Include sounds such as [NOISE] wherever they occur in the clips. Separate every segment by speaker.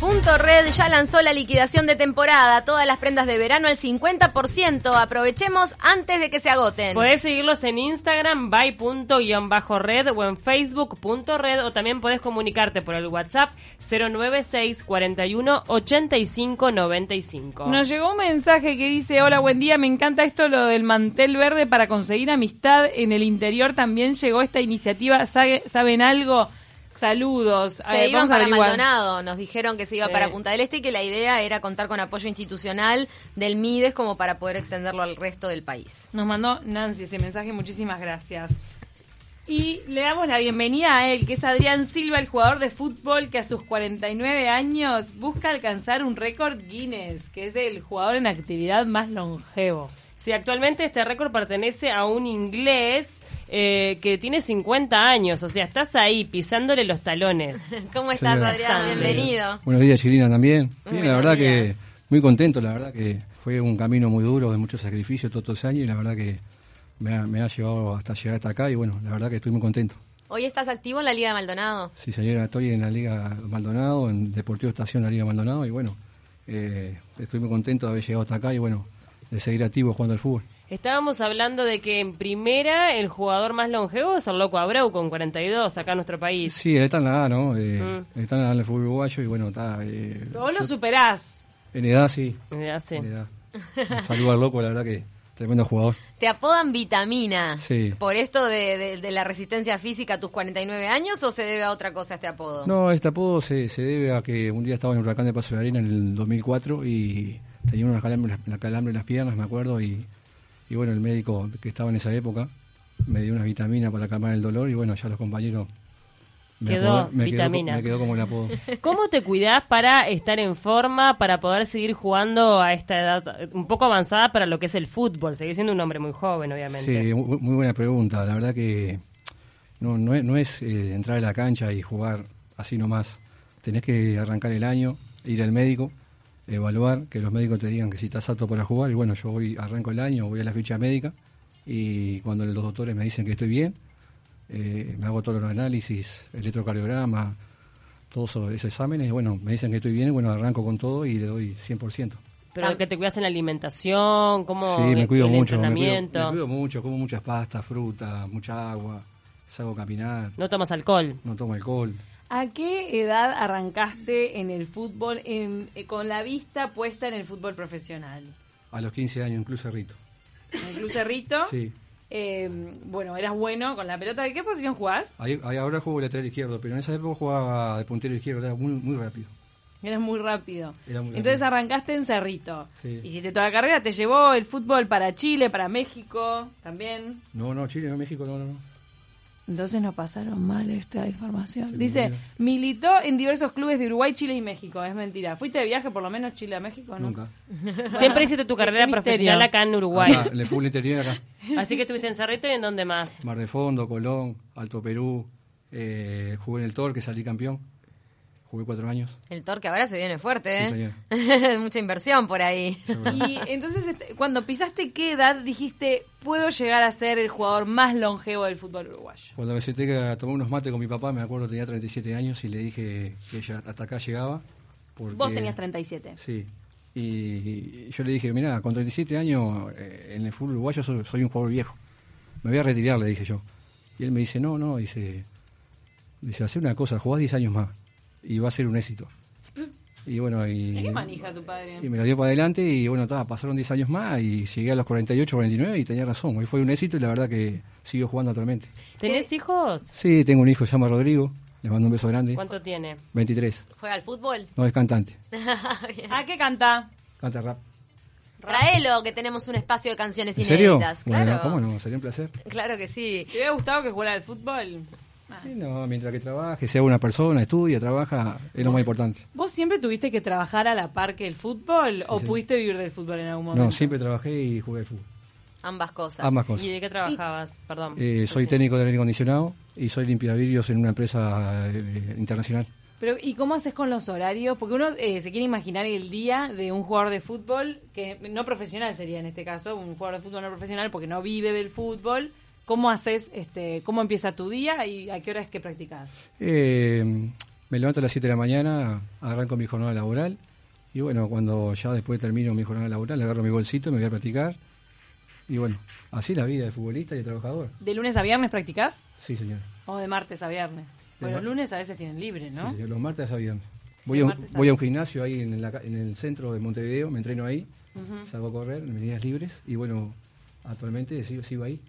Speaker 1: Punto Red ya lanzó la liquidación de temporada, todas las prendas de verano al 50%. Aprovechemos antes de que se agoten.
Speaker 2: Pues,
Speaker 3: Podés seguirlos en Instagram, by.red o en facebook.red o también podés comunicarte por el WhatsApp 096 41 85 95.
Speaker 2: Nos llegó un mensaje que dice, hola, buen día, me encanta esto lo del mantel verde para conseguir amistad. En el interior también llegó esta iniciativa, ¿Sabe- ¿saben algo? Saludos. A
Speaker 1: Se
Speaker 2: ver,
Speaker 1: iban
Speaker 2: vamos a
Speaker 1: para
Speaker 2: averiguar.
Speaker 1: Maldonado, nos dijeron que se iba
Speaker 3: Sí.
Speaker 1: para Punta del Este y que la idea era contar con apoyo institucional del MIDES como para poder extenderlo al resto del país. [LAUGHS]
Speaker 2: Nos mandó Nancy ese mensaje, muchísimas gracias. Y le damos la bienvenida a él, que es Adrián Silva, el jugador de fútbol que a sus 49 años busca alcanzar un récord Guinness, que es el jugador en actividad más longevo.
Speaker 3: Sí, actualmente este récord pertenece a un inglés eh, que tiene 50 años, o sea, estás ahí pisándole
Speaker 1: [LAUGHS]
Speaker 3: los talones.
Speaker 1: ¿Cómo estás,
Speaker 4: Señora.
Speaker 1: Adrián? Bienvenido.
Speaker 4: Eh, Buenos días, Chilina, también. Bien,
Speaker 1: Buenos
Speaker 4: la verdad
Speaker 1: días.
Speaker 4: que muy contento, la verdad que fue un camino muy duro, de muchos sacrificios todos estos años y la verdad que me ha, me ha llevado hasta llegar hasta acá y bueno, la verdad que estoy muy contento.
Speaker 1: Hoy estás activo en la Liga de Maldonado.
Speaker 4: Sí, señora, estoy en la Liga Maldonado, en Deportivo Estación de la Liga Maldonado y bueno, eh, estoy muy contento de haber llegado hasta acá y bueno, de seguir activo jugando al fútbol.
Speaker 3: Estábamos hablando de que en primera el jugador más longevo es el Loco Abreu con 42 acá en nuestro país.
Speaker 4: Sí, él está en la A, ¿no? Eh,
Speaker 3: Mm.
Speaker 4: él Está en la A en el fútbol uruguayo y bueno, está eh,
Speaker 2: Vos lo superás.
Speaker 4: en edad, sí.
Speaker 3: Eh, hace-
Speaker 4: En edad. Un saludo al loco, la verdad que tremendo jugador.
Speaker 1: ¿Te apodan Vitamina
Speaker 4: Sí.
Speaker 1: por esto de, de- de la resistencia física a tus 49 años o se debe a otra cosa este apodo?
Speaker 4: No, este apodo se, se debe a que un día estaba en Huracán de Paso de Arena en el 2004 y tenía unos calambre, calambre en las piernas, me acuerdo, y, y bueno, el médico que estaba en esa época me dio unas vitaminas para calmar el dolor y bueno, ya los compañeros...
Speaker 3: Quedó
Speaker 4: apodaron- me quedó co-
Speaker 3: vitamina.
Speaker 4: me quedó como el
Speaker 3: [LAUGHS]
Speaker 4: apodo.
Speaker 3: ¿Cómo te cuidás para estar en forma, para poder seguir jugando a esta edad eh, un poco avanzada para lo que es el fútbol? Seguís siendo un hombre muy joven, obviamente.
Speaker 4: Sí, mu- muy buena pregunta. La verdad que no, no es, no es, eh, entrar a la cancha y jugar así nomás. Tenés que arrancar el año, ir al médico, evaluar, que los médicos te digan que si estás apto para jugar. Y bueno, yo voy, arranco el año, voy a la ficha médica y cuando los doctores me dicen que estoy bien, eh, me hago todos los análisis, electrocardiograma, todos esos- esos exámenes. Y bueno, me dicen que estoy bien, y bueno, arranco con todo y le doy 100%.
Speaker 3: Pero
Speaker 2: Ah.
Speaker 3: que te cuidas en la alimentación, cómo
Speaker 4: Sí, me cuido
Speaker 3: el
Speaker 4: mucho. Me cuido,
Speaker 3: entrenamiento.
Speaker 4: me cuido mucho, como muchas pastas, fruta, mucha agua, salgo a caminar,
Speaker 3: No tomas alcohol.
Speaker 4: no tomo alcohol.
Speaker 2: ¿A qué edad arrancaste en el fútbol en- eh, con la vista puesta en el fútbol profesional?
Speaker 4: A los 15 años, incluso Rito.
Speaker 2: Incluso Rito.
Speaker 4: Sí.
Speaker 2: Eh, bueno, eras bueno con la pelota. ¿De qué posición jugás?
Speaker 4: Ahí- ahí ahora juego lateral izquierdo, pero en esa época jugaba de puntero izquierdo, era muy, muy rápido.
Speaker 2: Eras muy rápido.
Speaker 4: Era muy
Speaker 2: Entonces
Speaker 4: rápido.
Speaker 2: arrancaste en Cerrito.
Speaker 4: Sí.
Speaker 2: Hiciste toda la carrera, te llevó el fútbol para Chile, para México, también.
Speaker 4: No, no, Chile, no, México, no, no. no.
Speaker 2: Entonces nos pasaron mal esta información.
Speaker 4: Sí,
Speaker 2: Dice,
Speaker 4: mira.
Speaker 2: militó en diversos clubes de Uruguay, Chile y México. Es mentira. ¿Fuiste de viaje por lo menos Chile a México? ¿no?
Speaker 4: Nunca.
Speaker 3: Siempre hiciste tu carrera
Speaker 2: qué
Speaker 3: profesional
Speaker 2: misterio.
Speaker 3: acá en Uruguay.
Speaker 4: Acá, en el fútbol interior acá.
Speaker 3: Así que estuviste en Cerrito y en dónde más.
Speaker 4: Mar de Fondo, Colón, Alto Perú. eh, jugué en el Torque, salí campeón. Jugué cuatro años.
Speaker 1: El torque ahora se viene fuerte,
Speaker 4: Sí,
Speaker 1: ¿eh? [LAUGHS] Mucha inversión por ahí.
Speaker 2: Y entonces, este, cuando pisaste qué edad, dijiste, puedo llegar a ser el jugador más longevo del fútbol uruguayo.
Speaker 4: Cuando me senté a tomar unos mates con mi papá, me acuerdo tenía 37 años y le dije que ya hasta acá llegaba. Porque,
Speaker 2: Vos tenías 37.
Speaker 4: Sí. Y yo le dije, mira, con 37 años eh, en el fútbol uruguayo soy, soy un jugador viejo. Me voy a retirar, le dije yo. Y él me dice, no, no, dice, dice, hace una cosa, jugás 10 años más y va a ser un éxito. Y bueno, y,
Speaker 2: ¿Qué manija tu padre?
Speaker 4: y me lo dio para adelante y bueno, ta, pasaron 10 años más y llegué a los 48, 49 y tenía razón. Hoy fue un éxito y la verdad que sigo jugando actualmente.
Speaker 3: ¿Tenés hijos?
Speaker 4: Sí, tengo un hijo, se llama Rodrigo. Le mando un beso grande.
Speaker 3: ¿Cuánto tiene?
Speaker 4: 23.
Speaker 1: ¿Juega al fútbol?
Speaker 4: No es cantante.
Speaker 2: ¿A Ah, qué canta?
Speaker 4: Canta rap.
Speaker 1: Traelo, que tenemos un espacio de canciones
Speaker 4: ¿En serio?
Speaker 1: inéditas.
Speaker 4: Bueno,
Speaker 1: Claro.
Speaker 4: ¿cómo no? Sería un placer.
Speaker 1: Claro que sí.
Speaker 2: ¿Te hubiera gustado que jugara al fútbol?
Speaker 4: Sí, No, mientras que trabaje, sea una persona, estudia, trabaja, es lo más importante.
Speaker 2: ¿Vos siempre tuviste que trabajar a la par que el fútbol o pudiste vivir del fútbol en algún momento?
Speaker 4: No, siempre trabajé y jugué al fútbol.
Speaker 1: Ambas cosas.
Speaker 4: Ambas cosas.
Speaker 3: ¿Y de qué trabajabas? Perdón.
Speaker 4: Eh, soy técnico de aire acondicionado y soy limpiavidrios en una empresa eh, internacional.
Speaker 2: Pero, ¿y cómo haces con los horarios? Porque uno eh, se quiere imaginar el día de un jugador de fútbol, que no profesional sería en este caso, un jugador de fútbol no profesional porque no vive del fútbol. ¿Cómo haces, este, cómo empieza tu día y a qué hora es que practicas?
Speaker 4: Eh, Me levanto a las 7 de la mañana, arranco mi jornada laboral y bueno, cuando ya después termino mi jornada laboral, agarro mi bolsito, me voy a practicar. Y bueno, así es la vida de futbolista y de trabajador.
Speaker 2: ¿De lunes a viernes practicás?
Speaker 4: Sí, señor.
Speaker 2: ¿O de martes a viernes? Bueno,
Speaker 4: mar-
Speaker 2: los lunes a veces tienen libre,
Speaker 4: Sí,
Speaker 2: ¿no?
Speaker 4: señor. Los martes a viernes. Voy, a
Speaker 2: Los
Speaker 4: un,
Speaker 2: martes a
Speaker 4: voy a un gimnasio ahí en, la ca- en el centro de Montevideo, me entreno ahí, salgo a correr en medidas libres y bueno, actualmente sigo, sigo ahí.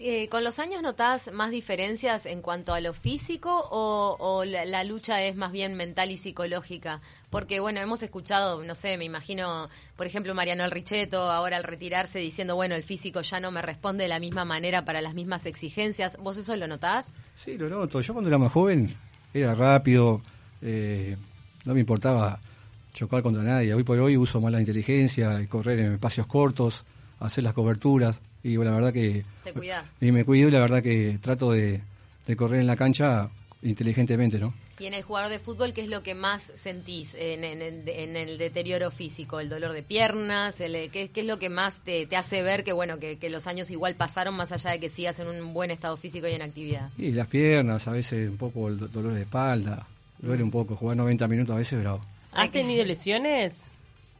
Speaker 1: Eh, ¿Con los años notas más diferencias en cuanto a lo físico o, o la, la lucha es más bien mental y psicológica? Porque, bueno, hemos escuchado, no sé, me imagino, por ejemplo, Mariano Richeto ahora al retirarse diciendo, bueno, el físico ya no me responde de la misma manera para las mismas exigencias. ¿Vos eso lo notás?
Speaker 4: Sí, lo noto. Yo cuando era más joven era rápido, eh, no me importaba chocar contra nadie. Hoy por hoy uso más la inteligencia, el correr en espacios cortos, hacer las coberturas y bueno, la verdad que...
Speaker 1: Te cuidás.
Speaker 4: Y me cuido y la verdad que trato de, de correr en la cancha inteligentemente, ¿no?
Speaker 1: Y en el jugador de fútbol, ¿qué es lo que más sentís en, en- en- en el deterioro físico? ¿El dolor de piernas? El, eh, ¿qué, qué es lo que más te, te hace ver que, bueno, que, que los años igual pasaron más allá de que sigas en un buen estado físico y en actividad?
Speaker 4: Y las piernas, a veces un poco el do- dolor de espalda, duele un poco, jugar 90 minutos a veces bravo.
Speaker 1: Ay,
Speaker 3: ¿Has
Speaker 1: qué-
Speaker 3: tenido lesiones?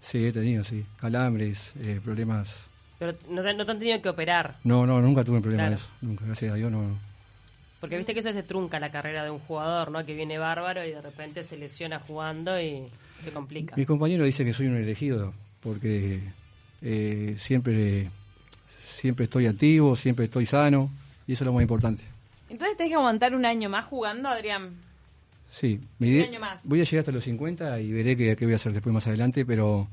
Speaker 4: Sí, he tenido, sí, calambres, eh, problemas.
Speaker 3: Pero no te, no te han tenido que operar.
Speaker 4: No, no, nunca tuve problemas
Speaker 3: Claro.
Speaker 4: de eso, nunca, gracias a Dios no. no.
Speaker 3: Porque viste que eso se trunca la carrera de un jugador, ¿no? Que viene bárbaro y de repente se lesiona jugando y se complica.
Speaker 4: Mi compañero dice que soy un elegido porque eh, siempre, siempre estoy activo, siempre estoy sano y eso es lo más importante.
Speaker 2: Entonces tenés que aguantar un año más jugando, Adrián.
Speaker 4: Sí, mi
Speaker 2: Un
Speaker 4: idea-
Speaker 2: año más.
Speaker 4: voy a llegar hasta los 50 y veré qué, qué voy a hacer después más adelante, pero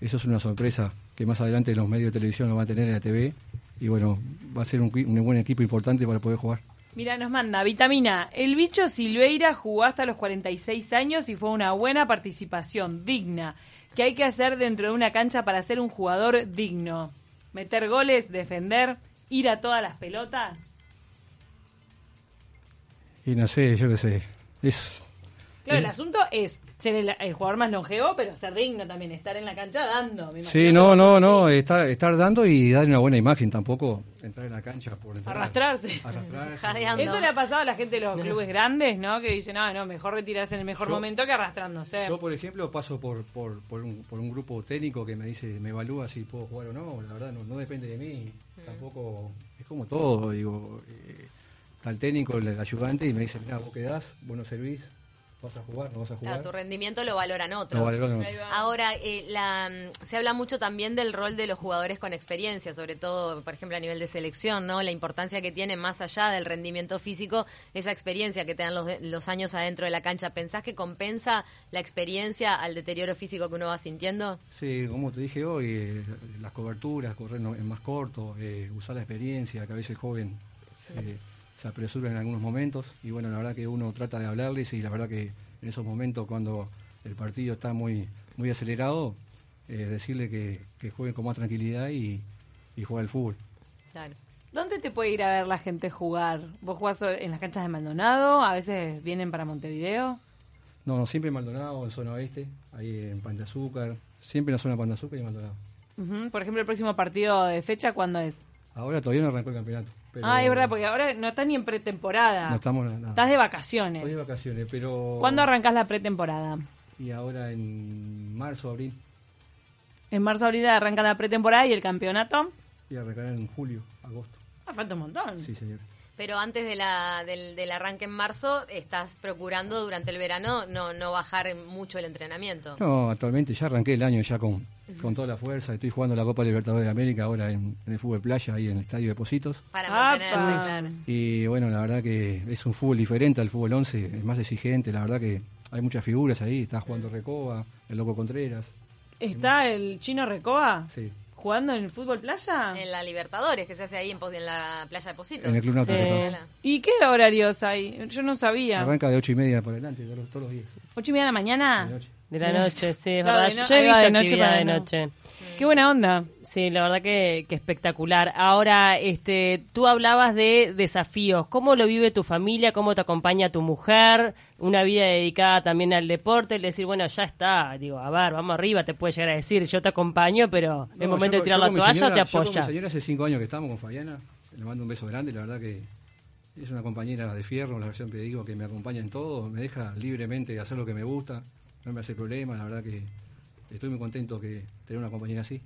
Speaker 4: eso es una sorpresa que más adelante los medios de televisión lo van a tener en la TV y bueno, va a ser un, qui- un buen equipo importante para poder jugar.
Speaker 2: Mira, nos manda vitamina. El bicho Silveira jugó hasta los 46 años y fue una buena participación, digna. ¿Qué hay que hacer dentro de una cancha para ser un jugador digno? Meter goles, defender, ir a todas las pelotas.
Speaker 4: Y no sé, yo qué sé. Es,
Speaker 2: Claro, el
Speaker 4: Sí.
Speaker 2: asunto es ser el, el jugador más longevo, pero ser digno también, estar en la cancha dando. me imagino.
Speaker 4: sí, no, no, no, estar, estar dando y dar una buena imagen tampoco, entrar en la cancha por entrar.
Speaker 2: Arrastrarse. [LAUGHS]
Speaker 4: Arrastrarse.
Speaker 1: Jadeando.
Speaker 2: Eso le ha pasado a la gente de los clubes grandes, ¿no? Que dicen, "Ah, no, no, mejor retirarse en el mejor
Speaker 4: Yo-
Speaker 2: momento que arrastrándose.
Speaker 4: Yo, por ejemplo, paso por, por, por, un, por un grupo técnico que me dice, me evalúa si puedo jugar o no. La verdad, no, no depende de mí. Tampoco, es como todo. Digo, eh, está el técnico, el ayudante, y me dice, mira, vos quedás, vos no servís, vas a jugar, no vas a jugar.
Speaker 1: Claro, tu rendimiento lo valoran otros.
Speaker 4: No, vale, no, no.
Speaker 2: Ahí va.
Speaker 1: Ahora, eh, la, mm, se habla mucho también del rol de los jugadores con experiencia, sobre todo, por ejemplo, a nivel de selección, ¿no? La importancia que tiene, más allá del rendimiento físico, esa experiencia que te dan los, de- los años adentro de la cancha. ¿Pensás que compensa la experiencia al deterioro físico que uno va sintiendo?
Speaker 4: Sí, como te dije hoy, eh, las coberturas, correr no- en más corto, eh, usar la experiencia, que a veces el joven eh, se apresura en algunos momentos. Y bueno, la verdad que uno trata de hablarles y la verdad que en esos momentos cuando el partido está muy, muy acelerado, eh, decirle que, que jueguen con más tranquilidad y, y jugar al fútbol.
Speaker 1: Claro.
Speaker 2: ¿Dónde te puede ir a ver la gente jugar? ¿Vos jugás en las canchas de Maldonado? ¿A veces vienen para Montevideo?
Speaker 4: No, no, siempre en Maldonado, en zona oeste, ahí en Pan de Azúcar, siempre en la zona de Pan de Azúcar y Maldonado.
Speaker 2: Ujú. Por ejemplo, el próximo partido de fecha, ¿cuándo es?
Speaker 4: Ahora todavía no arrancó el campeonato. pero
Speaker 2: Ah, es verdad, porque ahora no estás ni en pretemporada.
Speaker 4: no estamos nada.
Speaker 2: Estás de vacaciones.
Speaker 4: Estoy de vacaciones, pero...
Speaker 2: ¿Cuándo arrancás la pretemporada?
Speaker 4: Y ahora en marzo, abril,
Speaker 2: En marzo, abril arranca la pretemporada y el campeonato.
Speaker 4: y arrancará en julio, agosto.
Speaker 2: Ah, falta un montón.
Speaker 4: Sí, señor.
Speaker 1: Pero antes de la, del, del arranque en marzo, estás procurando durante el verano no, no bajar mucho el entrenamiento.
Speaker 4: No, actualmente ya arranqué el año ya con, con toda la fuerza. Estoy jugando la Copa Libertadores de América ahora en, en el fútbol playa, ahí en el Estadio de Positos.
Speaker 1: Para
Speaker 2: ¡Apa!
Speaker 1: mantenerte, claro.
Speaker 4: Y bueno, la verdad que es un fútbol diferente al fútbol 11, es más exigente. La verdad que hay muchas figuras ahí. Está jugando Recoba, el Loco Contreras.
Speaker 2: ¿Está el chino Recoba
Speaker 4: Mm. Sí.
Speaker 2: jugando en el fútbol playa?
Speaker 1: En la Libertadores, que se hace ahí en, Pos- en la playa de Positos.
Speaker 4: En el Club Náutico,
Speaker 1: Sí.
Speaker 4: claro.
Speaker 2: ¿Y qué horarios hay? Yo no sabía.
Speaker 4: Arranca de ocho y media para adelante, todos los- todos los días.
Speaker 2: ¿Ocho y media de la mañana?
Speaker 4: de noche.
Speaker 3: De la noche, sí, es
Speaker 2: Claro,
Speaker 3: verdad.
Speaker 2: de no-
Speaker 3: Yo he
Speaker 2: ahí va,
Speaker 3: visto
Speaker 2: de
Speaker 3: de
Speaker 2: noche
Speaker 3: noche
Speaker 2: para
Speaker 3: de
Speaker 2: no.
Speaker 3: noche.
Speaker 2: Qué buena onda.
Speaker 3: Sí, la verdad que, que espectacular. Ahora, este, tú hablabas de desafíos. ¿Cómo lo vive tu familia? ¿Cómo te acompaña tu mujer? Una vida dedicada también al deporte. El decir, bueno, ya está. Digo, a ver, vamos arriba. Te puede llegar a decir, yo te acompaño, pero
Speaker 4: No,
Speaker 3: es momento de
Speaker 4: yo con-
Speaker 3: tirar
Speaker 4: yo
Speaker 3: la
Speaker 4: con mi
Speaker 3: toalla o
Speaker 4: señora-
Speaker 3: te
Speaker 4: yo con mi
Speaker 3: apoya.
Speaker 4: señora hace cinco años que estamos con Fabiana. Le mando un beso grande, la verdad que Es una compañera de fierro, la versión que digo, que me acompaña en todo, me deja libremente hacer lo que me gusta, no me hace problema, la verdad que estoy muy contento que tener una compañera así.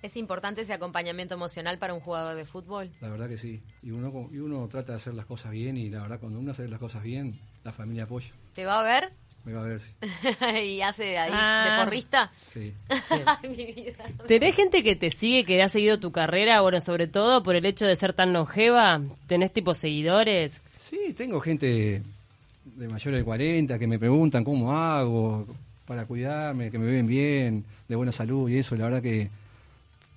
Speaker 1: ¿Es importante ese acompañamiento emocional para un jugador de fútbol?
Speaker 4: La verdad que sí. Y uno, y uno trata de hacer las cosas bien y la verdad cuando uno hace las cosas bien, la familia apoya.
Speaker 1: ¿Te va a ver? [LAUGHS]
Speaker 4: Me va a ver, sí.
Speaker 1: y hace ahí
Speaker 3: Ah.
Speaker 1: de porrista.
Speaker 4: Sí.
Speaker 1: [LAUGHS] Ay, mi vida.
Speaker 3: ¿Tenés gente que te sigue, que ha seguido tu carrera, bueno, sobre todo por el hecho de ser tan longeva? ¿Tenés tipo seguidores?
Speaker 4: Sí, tengo gente de mayores de 40 que me preguntan cómo hago para cuidarme, que me ven bien, de buena salud y eso. La verdad que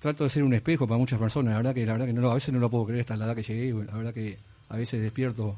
Speaker 4: trato de ser un espejo para muchas personas. La verdad que, la verdad que no, lo- a veces no lo puedo creer hasta la edad que llegué. La verdad que a veces despierto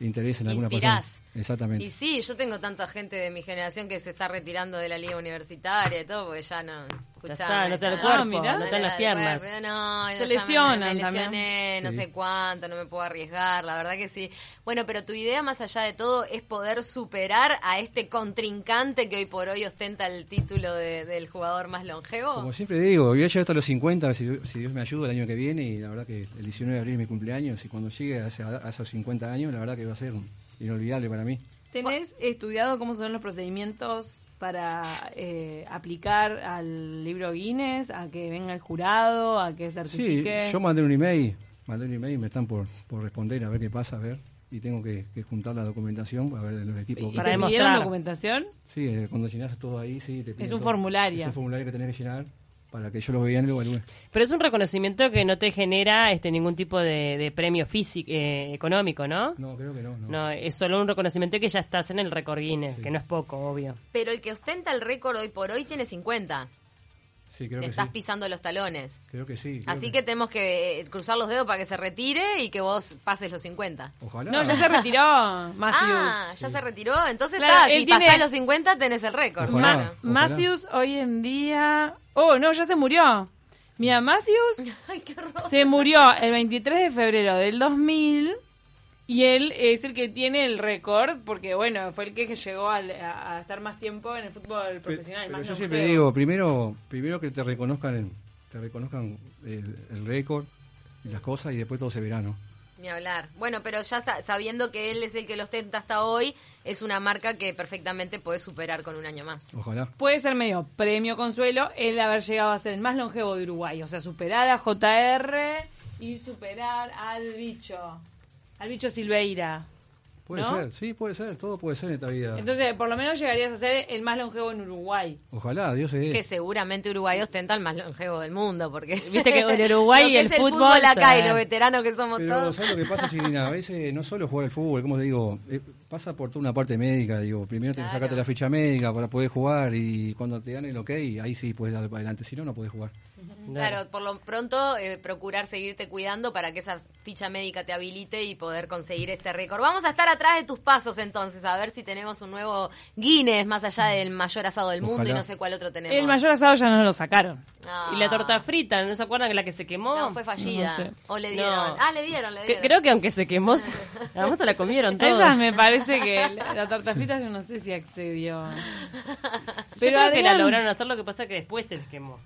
Speaker 4: interés en alguna
Speaker 1: Inspirás.
Speaker 4: persona. Exactamente.
Speaker 1: Y sí, yo tengo tanta gente de mi generación que se está retirando de la liga universitaria y todo, porque ya no. escuchame,
Speaker 3: está, no te da el
Speaker 1: ya
Speaker 3: cuerpo,
Speaker 2: no
Speaker 3: te dan las
Speaker 1: el
Speaker 3: piernas.
Speaker 1: cuerpo, no,
Speaker 2: Se
Speaker 1: no, ya me-
Speaker 2: lesionan
Speaker 1: Me,
Speaker 2: también.
Speaker 1: lesioné, no
Speaker 4: Sí.
Speaker 1: sé cuánto, no me puedo arriesgar, la verdad que sí. Bueno, pero tu idea más allá de todo es poder superar a este contrincante que hoy por hoy ostenta el título de- del jugador más longevo.
Speaker 4: Como siempre digo, yo llego hasta los 50, si, Dios- si Dios me ayuda el año que viene, y la verdad que el 19 de abril es mi cumpleaños, y cuando llegue a, esa- a esos 50 años, la verdad que va a ser inolvidable para mí.
Speaker 2: ¿Tenés estudiado cómo son los procedimientos para eh, aplicar al libro Guinness, a que venga el jurado, a que
Speaker 4: Sí,
Speaker 2: certifique?
Speaker 4: yo mandé un email, mandé un email, me están por, por responder a ver qué pasa, a ver, y tengo que, que juntar la documentación a ver de los equipos.
Speaker 2: ¿Y
Speaker 4: que-
Speaker 3: Para
Speaker 2: te
Speaker 3: demostrar.
Speaker 2: pidieron documentación?
Speaker 4: Sí, eh, cuando llenas todo ahí, sí, te piden
Speaker 2: un
Speaker 4: todo.
Speaker 2: formulario.
Speaker 4: Es un formulario que tenés que llenar para que yo lo vea y lo evalúe.
Speaker 3: Pero es un reconocimiento que no te genera este ningún tipo de, de premio físico, eh, económico, ¿no?
Speaker 4: No, creo que no, no.
Speaker 3: No, es solo un reconocimiento que ya estás en el récord Guinness,
Speaker 4: Sí.
Speaker 3: que no es poco, obvio.
Speaker 1: Pero el que ostenta el récord hoy por hoy tiene 50.
Speaker 4: Sí, creo
Speaker 1: Te
Speaker 4: que
Speaker 1: estás
Speaker 4: sí.
Speaker 1: pisando los talones.
Speaker 4: Creo que sí. creo
Speaker 1: Así que tenemos que eh, cruzar los dedos para que se retire y que vos pases los 50.
Speaker 4: Ojalá.
Speaker 2: No, ya se retiró,
Speaker 1: [LAUGHS]
Speaker 2: Matthews.
Speaker 1: Ah, ya se retiró. Entonces
Speaker 2: Claro,
Speaker 1: está,
Speaker 2: él
Speaker 1: si
Speaker 2: tiene-
Speaker 1: pasás los 50 tenés el récord.
Speaker 4: Ojalá.
Speaker 1: claro.
Speaker 4: Ojalá.
Speaker 2: Matthews hoy en día... Oh, no, ya se murió. Mira, Matthews
Speaker 1: [LAUGHS] Ay, qué horror.
Speaker 2: se murió el 23 de febrero del 2000 y él es el que tiene el récord porque, bueno, fue el que llegó al- a, a estar más tiempo en el fútbol
Speaker 4: Pe-
Speaker 2: profesional.
Speaker 4: pero
Speaker 2: más
Speaker 4: yo siempre
Speaker 2: longevo.
Speaker 4: digo, primero, primero que te reconozcan, el- te reconozcan el, el récord y las cosas y después todo se verá, ¿no?
Speaker 1: Ni hablar. Bueno, pero ya sa- sabiendo que él es el que los ostenta hasta hoy, es una marca que perfectamente podés superar con un año más.
Speaker 4: Ojalá.
Speaker 2: Puede ser medio premio consuelo el haber llegado a ser el más longevo de Uruguay. O sea, superar a JR y superar al bicho. Al bicho Silveira.
Speaker 4: Puede
Speaker 2: ¿No?
Speaker 4: ser, sí, puede ser, todo puede ser en esta vida.
Speaker 2: Entonces, por lo menos llegarías a ser el más longevo en Uruguay.
Speaker 4: Ojalá, Dios se dé.
Speaker 1: Que seguramente Uruguay ostenta el más longevo del mundo, porque
Speaker 3: Viste que en
Speaker 1: [LAUGHS]
Speaker 3: Uruguay
Speaker 1: lo que
Speaker 3: el
Speaker 1: es el fútbol,
Speaker 3: fútbol,
Speaker 1: acá
Speaker 3: eh.
Speaker 1: y los veteranos que somos
Speaker 4: Pero
Speaker 1: todos.
Speaker 4: ¿sabes lo que pasa, Chirina? A veces no solo jugar al fútbol, como te digo, eh, pasa por toda una parte médica, digo, primero te
Speaker 1: Claro.
Speaker 4: sacate la ficha médica para poder jugar y cuando te dan el ok, ahí sí puedes dar para adelante, si no, no puedes jugar.
Speaker 1: Claro, por lo pronto eh, procurar seguirte cuidando para que esa ficha médica te habilite y poder conseguir este récord. Vamos a estar atrás de tus pasos entonces, a ver si tenemos un nuevo Guinness más allá del mayor asado del mundo
Speaker 4: Ojalá.
Speaker 1: y no sé cuál otro tenemos.
Speaker 2: El mayor asado ya nos lo sacaron.
Speaker 1: Ah.
Speaker 3: Y la torta frita, ¿no se acuerdan que la que se quemó?
Speaker 1: No, fue fallida.
Speaker 2: No sé.
Speaker 1: O le dieron.
Speaker 3: No.
Speaker 1: Ah, le dieron, le
Speaker 3: Que-
Speaker 1: dieron.
Speaker 3: creo que aunque
Speaker 1: [LAUGHS]
Speaker 3: se quemó, se- además se la comieron todos.
Speaker 2: Esa me parece que la la torta frita yo no sé si accedió.
Speaker 3: Pero
Speaker 2: Pero
Speaker 3: que la
Speaker 2: Adrián-
Speaker 3: lograron hacer, lo que pasa que después se les quemó.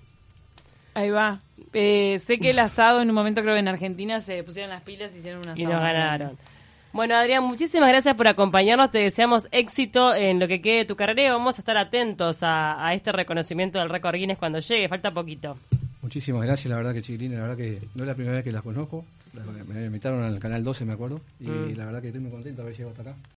Speaker 2: Ahí va. Eh, sé que el asado en un momento creo que en Argentina se pusieron las pilas y hicieron un asado.
Speaker 3: Y nos ganaron. Bueno, Adrián, muchísimas gracias por acompañarnos. Te deseamos éxito en lo que quede de tu carrera y vamos a estar atentos a, a este reconocimiento del récord Guinness cuando llegue. Falta poquito.
Speaker 4: Muchísimas gracias, la verdad que Chirina, la verdad que no es la primera vez que las conozco, la- me invitaron al Canal 12, me acuerdo, y la verdad que estoy muy contento de haber llegado hasta acá.